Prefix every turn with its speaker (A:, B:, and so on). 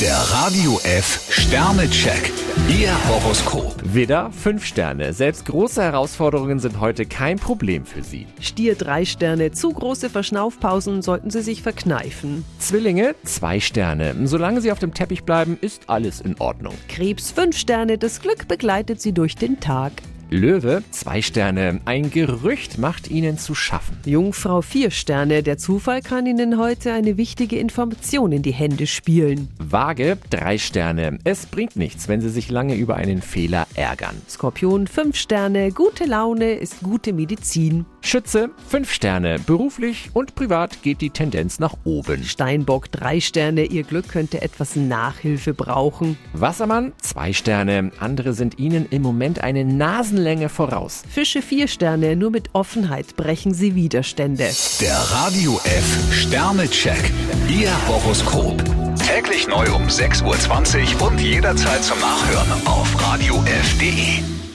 A: Der Radio F Sternecheck. Ihr Horoskop.
B: Widder, 5 Sterne. Selbst große Herausforderungen sind heute kein Problem für Sie.
C: Stier drei Sterne, zu große Verschnaufpausen sollten Sie sich verkneifen.
B: Zwillinge, 2 Sterne. Solange Sie auf dem Teppich bleiben, ist alles in Ordnung.
C: Krebs fünf Sterne, das Glück begleitet Sie durch den Tag.
B: Löwe, 2 Sterne. Ein Gerücht macht Ihnen zu schaffen.
C: Jungfrau vier Sterne, der Zufall kann Ihnen heute eine wichtige Information in die Hände spielen.
B: Waage, 3 Sterne. Es bringt nichts, wenn Sie sich lange über einen Fehler ärgern.
C: Skorpion fünf Sterne, gute Laune ist gute Medizin.
B: Schütze, 5 Sterne. Beruflich und privat geht die Tendenz nach oben.
C: Steinbock drei Sterne, Ihr Glück könnte etwas Nachhilfe brauchen.
B: Wassermann, 2 Sterne. Andere sind Ihnen im Moment eine Nasenlänge voraus.
C: Fische vier Sterne, nur mit Offenheit brechen Sie Widerstände.
A: Der Radio F Sternecheck. Ihr Horoskop. Täglich neu um 6.20 Uhr und jederzeit zum Nachhören auf Radio radiof.de.